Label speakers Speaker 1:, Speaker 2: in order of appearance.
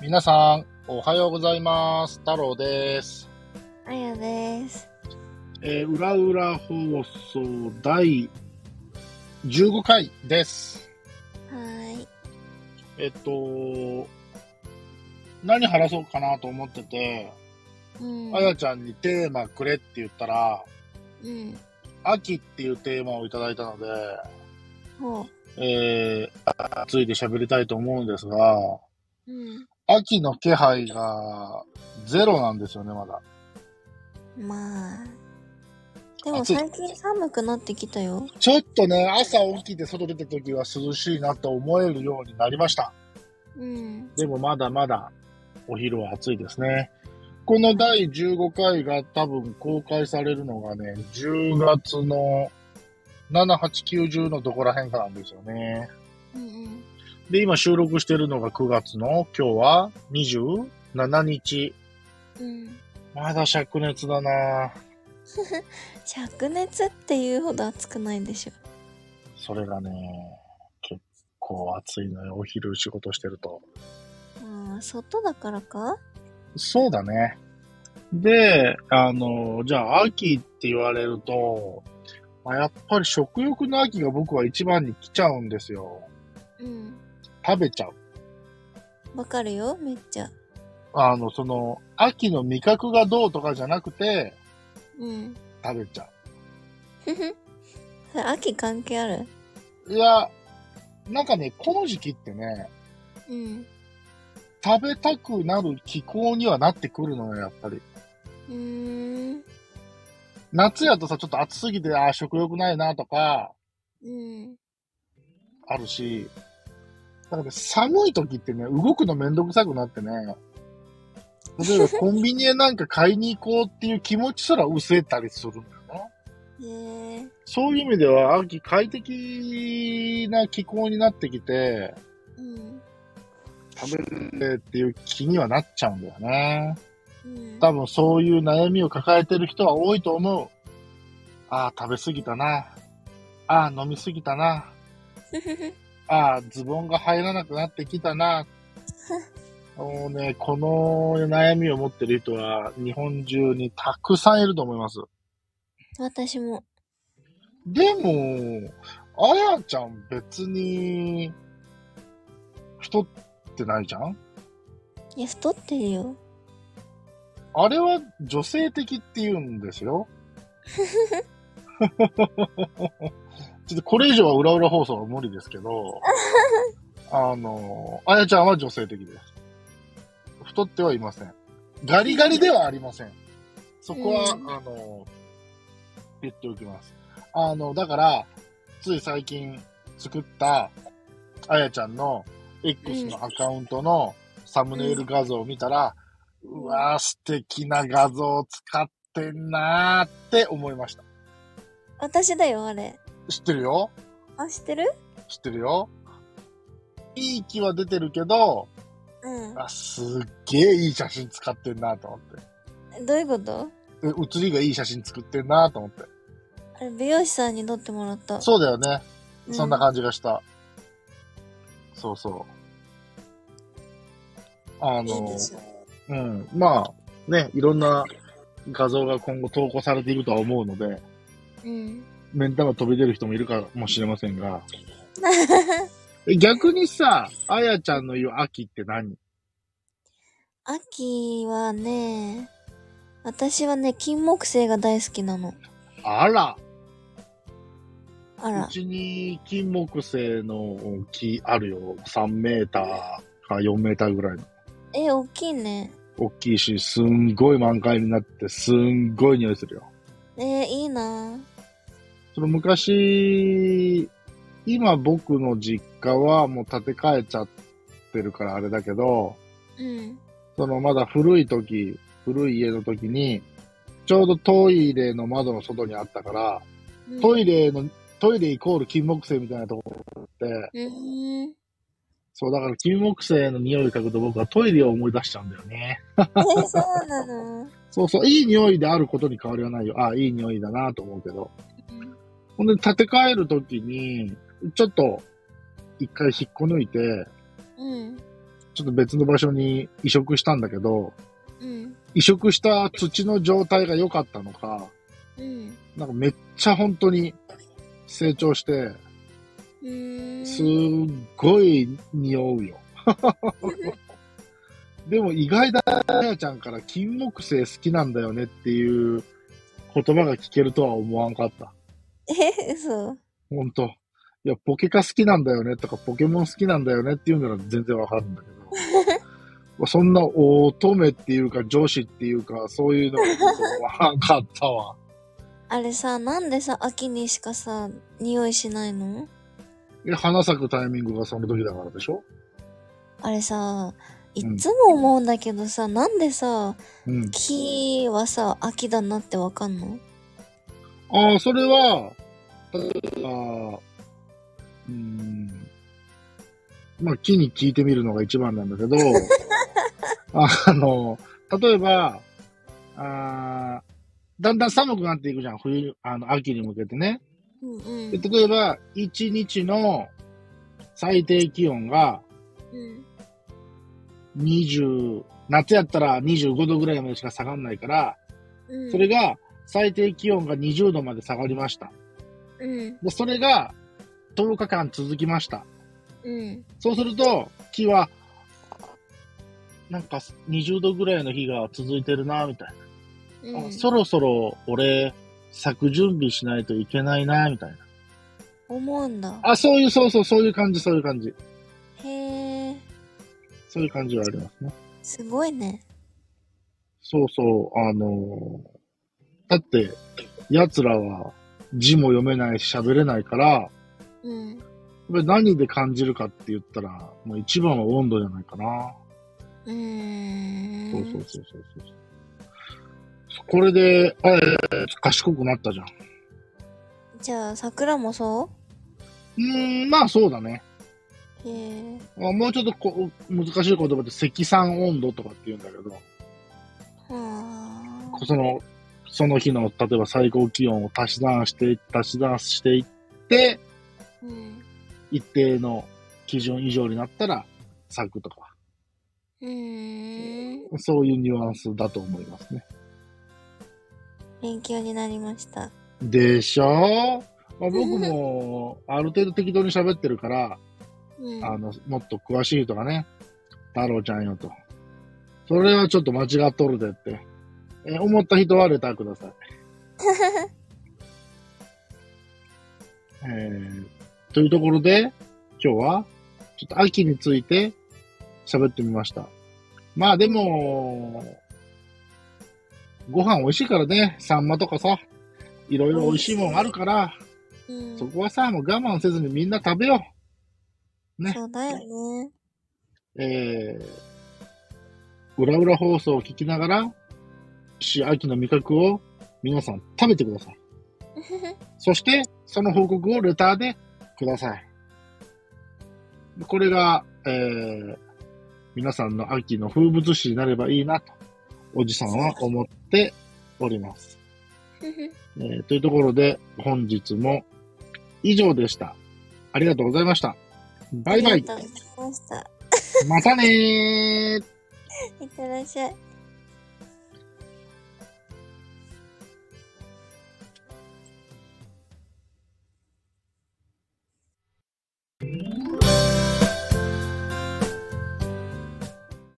Speaker 1: 皆さん、おはようございます。太郎です。
Speaker 2: あやです。
Speaker 1: えー、裏裏放送第15回です。
Speaker 2: はーい。
Speaker 1: えっと、何話そうかなと思ってて、
Speaker 2: うん。
Speaker 1: あやちゃんにテーマくれって言ったら、
Speaker 2: うん。
Speaker 1: 秋っていうテーマをいただいたので、
Speaker 2: ほ
Speaker 1: えー、ついて喋りたいと思うんですが、
Speaker 2: う。うん。
Speaker 1: 秋の気配がゼロなんですよね、まだ。
Speaker 2: まあ。でも
Speaker 1: 暑い
Speaker 2: 最近寒くなってきたよ。
Speaker 1: ちょっとね、朝起きて外出た時は涼しいなと思えるようになりました。
Speaker 2: うん。
Speaker 1: でもまだまだお昼は暑いですね。この第15回が多分公開されるのがね、10月の7、8、9、10のどこら辺かなんですよね。
Speaker 2: うん
Speaker 1: で、今収録してるのが9月の今日は27日。
Speaker 2: うん。うん。
Speaker 1: まだ灼熱だな
Speaker 2: 灼熱っていうほど暑くないでしょ。
Speaker 1: それがね、結構暑いのよ。お昼仕事してると。
Speaker 2: ああ、外だからか
Speaker 1: そうだね。で、あの、じゃあ、秋って言われると、まあ、やっぱり食欲の秋が僕は一番に来ちゃうんですよ。
Speaker 2: うん。
Speaker 1: 食べちゃう。
Speaker 2: わかるよ、めっちゃ。
Speaker 1: あの、その、秋の味覚がどうとかじゃなくて、
Speaker 2: うん。
Speaker 1: 食べちゃ
Speaker 2: ふふ。それ秋関係ある
Speaker 1: う。いや、なんかね、この時期ってね、
Speaker 2: うん。
Speaker 1: 食べたくなる気候にはなってくるのよ、やっぱり。
Speaker 2: うーん。
Speaker 1: 夏やとさ、ちょっと暑すぎて、あー食欲ないなとか、
Speaker 2: うん。
Speaker 1: あるし、だからね寒い時ってね、動くのめんどくさくなってね、例 えばコンビニへなんか買いに行こうっていう気持ちすら薄れたりするのよな。
Speaker 2: へえ。
Speaker 1: そういう意味では、秋快適な気候になってきて、
Speaker 2: うん。
Speaker 1: 食べるっていう気にはなっちゃうんだよね。
Speaker 2: うん。
Speaker 1: 多分そういう悩みを抱えてる人は多いと思う。ああ、食べ過ぎたな。ああ、飲み過ぎたな。
Speaker 2: ふふふ。
Speaker 1: ああ、ズボンが入らなくなってきたな。もうね、この悩みを持ってる人は日本中にたくさんいると思います。
Speaker 2: 私も。
Speaker 1: でも、あやちゃん別に、太ってないじゃん
Speaker 2: いや、太ってるよ。
Speaker 1: あれは女性的って言うんですよ。ちょっとこれ以上は裏裏放送は無理ですけど、あの、あやちゃんは女性的です。太ってはいません。ガリガリではありません。そこは、
Speaker 2: うん
Speaker 1: あの、言っておきます。あの、だから、つい最近作った、あやちゃんの X のアカウントのサムネイル画像を見たら、
Speaker 2: ん
Speaker 1: うわー、素敵な画像を使ってんなーって思いました。
Speaker 2: 私だよ、あれ。
Speaker 1: 知ってるよ
Speaker 2: あ、知ってる
Speaker 1: 知ってるよいい気は出てるけど、
Speaker 2: う
Speaker 1: あ、すっげーいい写真使ってんなと思って。
Speaker 2: ん。どういうこと
Speaker 1: え写りがいい写真作ってんなと思って。
Speaker 2: あれ、美容師さんに撮ってもらった。
Speaker 1: そうだよね。
Speaker 2: うん
Speaker 1: そんな感じがした。そうそう。あ
Speaker 2: いい
Speaker 1: の
Speaker 2: で、しょ。
Speaker 1: うん。まあ、ね、いろんな画像が今後投稿されているとは思うので、
Speaker 2: うん。
Speaker 1: 目ん玉飛び出る人もいるかもしれませんが、え逆にさ、あやちゃんの言う秋って何
Speaker 2: 秋はね、私はね、金木犀が大好きなの。
Speaker 1: あら、
Speaker 2: あ
Speaker 1: う
Speaker 2: ら。
Speaker 1: ちに金木犀の木あるよ。3メーターか4メーターぐらいの。
Speaker 2: え、大きいね。
Speaker 1: 大きいし、すんごい満開になって、すんごい匂いするよ。
Speaker 2: えー、いいな
Speaker 1: その昔、今僕の実家はもう建て替えちゃってるからあれだけど、
Speaker 2: うん。
Speaker 1: そのまだ古い時、古い家の時に、ちょうどトイレの窓の外にあったから、
Speaker 2: うん
Speaker 1: トイレの、トイレイコール金木犀みたいなところがあって、
Speaker 2: うーん。
Speaker 1: そう、だから金木犀の匂い嗅ぐと僕はトイレを思い出しちゃうんだよね。
Speaker 2: えー、そうなの。
Speaker 1: そうそう、いい匂いであることに変わりはないよ。ああ、いい匂いだなと思うけど。
Speaker 2: うん
Speaker 1: ほんで、建て替えるときに、ちょっと、一回引っこ抜いて、
Speaker 2: うん。
Speaker 1: ちょっと別の場所に移植したんだけど、
Speaker 2: うん。
Speaker 1: 移植した土の状態が良かったのか、
Speaker 2: うん。
Speaker 1: なんかめっちゃ本当に成長して、
Speaker 2: うーん。
Speaker 1: すっごい匂うよ。 でも意外だ、あやちゃんから金木犀好きなんだよねっていう言葉が聞けるとは思わんかった。
Speaker 2: え、嘘。
Speaker 1: ほんと。いや、ポケカ好きなんだよねとか、ポケモン好きなんだよねっていうなら全然わかるんだけど。まあそんな乙女っていうか女子っていうか、そういうのがちょっとわからんかったわ。
Speaker 2: あれさ、なんでさ、秋にしかさ、匂いしないの
Speaker 1: え、花咲くタイミングがその時だからでしょ
Speaker 2: あれさ、い
Speaker 1: うん
Speaker 2: つも思うんだけどさ、なんでさ、
Speaker 1: うん。
Speaker 2: 木はさ、秋だなってわかんの
Speaker 1: ああ、それは、例えば、うーん、まあ、木に聞いてみるのが一番なんだけど、あの、例えば、あーだんだん寒くなっていくじゃん、冬、あの、秋に向けてね。
Speaker 2: うんうん
Speaker 1: で例えば、1日の最低気温が
Speaker 2: うん
Speaker 1: 20、夏やったら25度ぐらいまでしか下がらないから、
Speaker 2: うん
Speaker 1: それが最低気温が20度まで下がりました。
Speaker 2: うん
Speaker 1: で、それが10日間続きました。
Speaker 2: うん
Speaker 1: そうすると、木は、なんか20度ぐらいの日が続いてるな、みたいな、
Speaker 2: うん
Speaker 1: あそろそろ俺、咲く準備しないといけないな、みたいな。
Speaker 2: 思うんだ
Speaker 1: あ、そういう、そうそう、そういう感じ、そういう感じ。
Speaker 2: へえ
Speaker 1: そういう感じはありますね。
Speaker 2: すごいね
Speaker 1: そうそう、あのーだって、奴らは字も読めないし喋れないから、やっ
Speaker 2: うん
Speaker 1: ぱり何で感じるかって言ったら、もう一番は温度じゃないかな。
Speaker 2: うーん
Speaker 1: そうそうそうそうそう。これで、あれ、賢くなったじゃん。
Speaker 2: じゃあ桜もそう
Speaker 1: ーん、まあそうだね。
Speaker 2: うへえ
Speaker 1: まあもうちょっとこう難しい言葉で積算温度とかって言うんだけど、
Speaker 2: はあ
Speaker 1: その、その日の、例えば最高気温を足し算して、足し算していって、
Speaker 2: うん
Speaker 1: 一定の基準以上になったら咲くとか、
Speaker 2: うーん
Speaker 1: そういうニュアンスだと思いますね。
Speaker 2: 勉強になりました
Speaker 1: でしょまあ、僕も、ある程度適当に喋ってるから、
Speaker 2: うん
Speaker 1: あの、もっと詳しい人がね、太郎ちゃんよと。それはちょっと間違っとるでって。えー思った人はレターください。えーというところで、今日は、ちょっと秋について喋ってみました。まあでも、ご飯美味しいからね、サンマとかさ、いろいろ美味しいもんあるから、
Speaker 2: うん
Speaker 1: そこはさ、もう我慢せずにみんな食べよう。ね
Speaker 2: そうだよね
Speaker 1: えー、裏裏放送を聞きながら、し秋の味覚を皆さん食べてください。そして、その報告をレターでください。これが、えー、皆さんの秋の風物詩になればいいなと、おじさんは思っております。えーというところで、本日も以上でした。ありがとうございました。バイバイ
Speaker 2: あり。がとうございました
Speaker 1: またねー。
Speaker 2: いってらっしゃい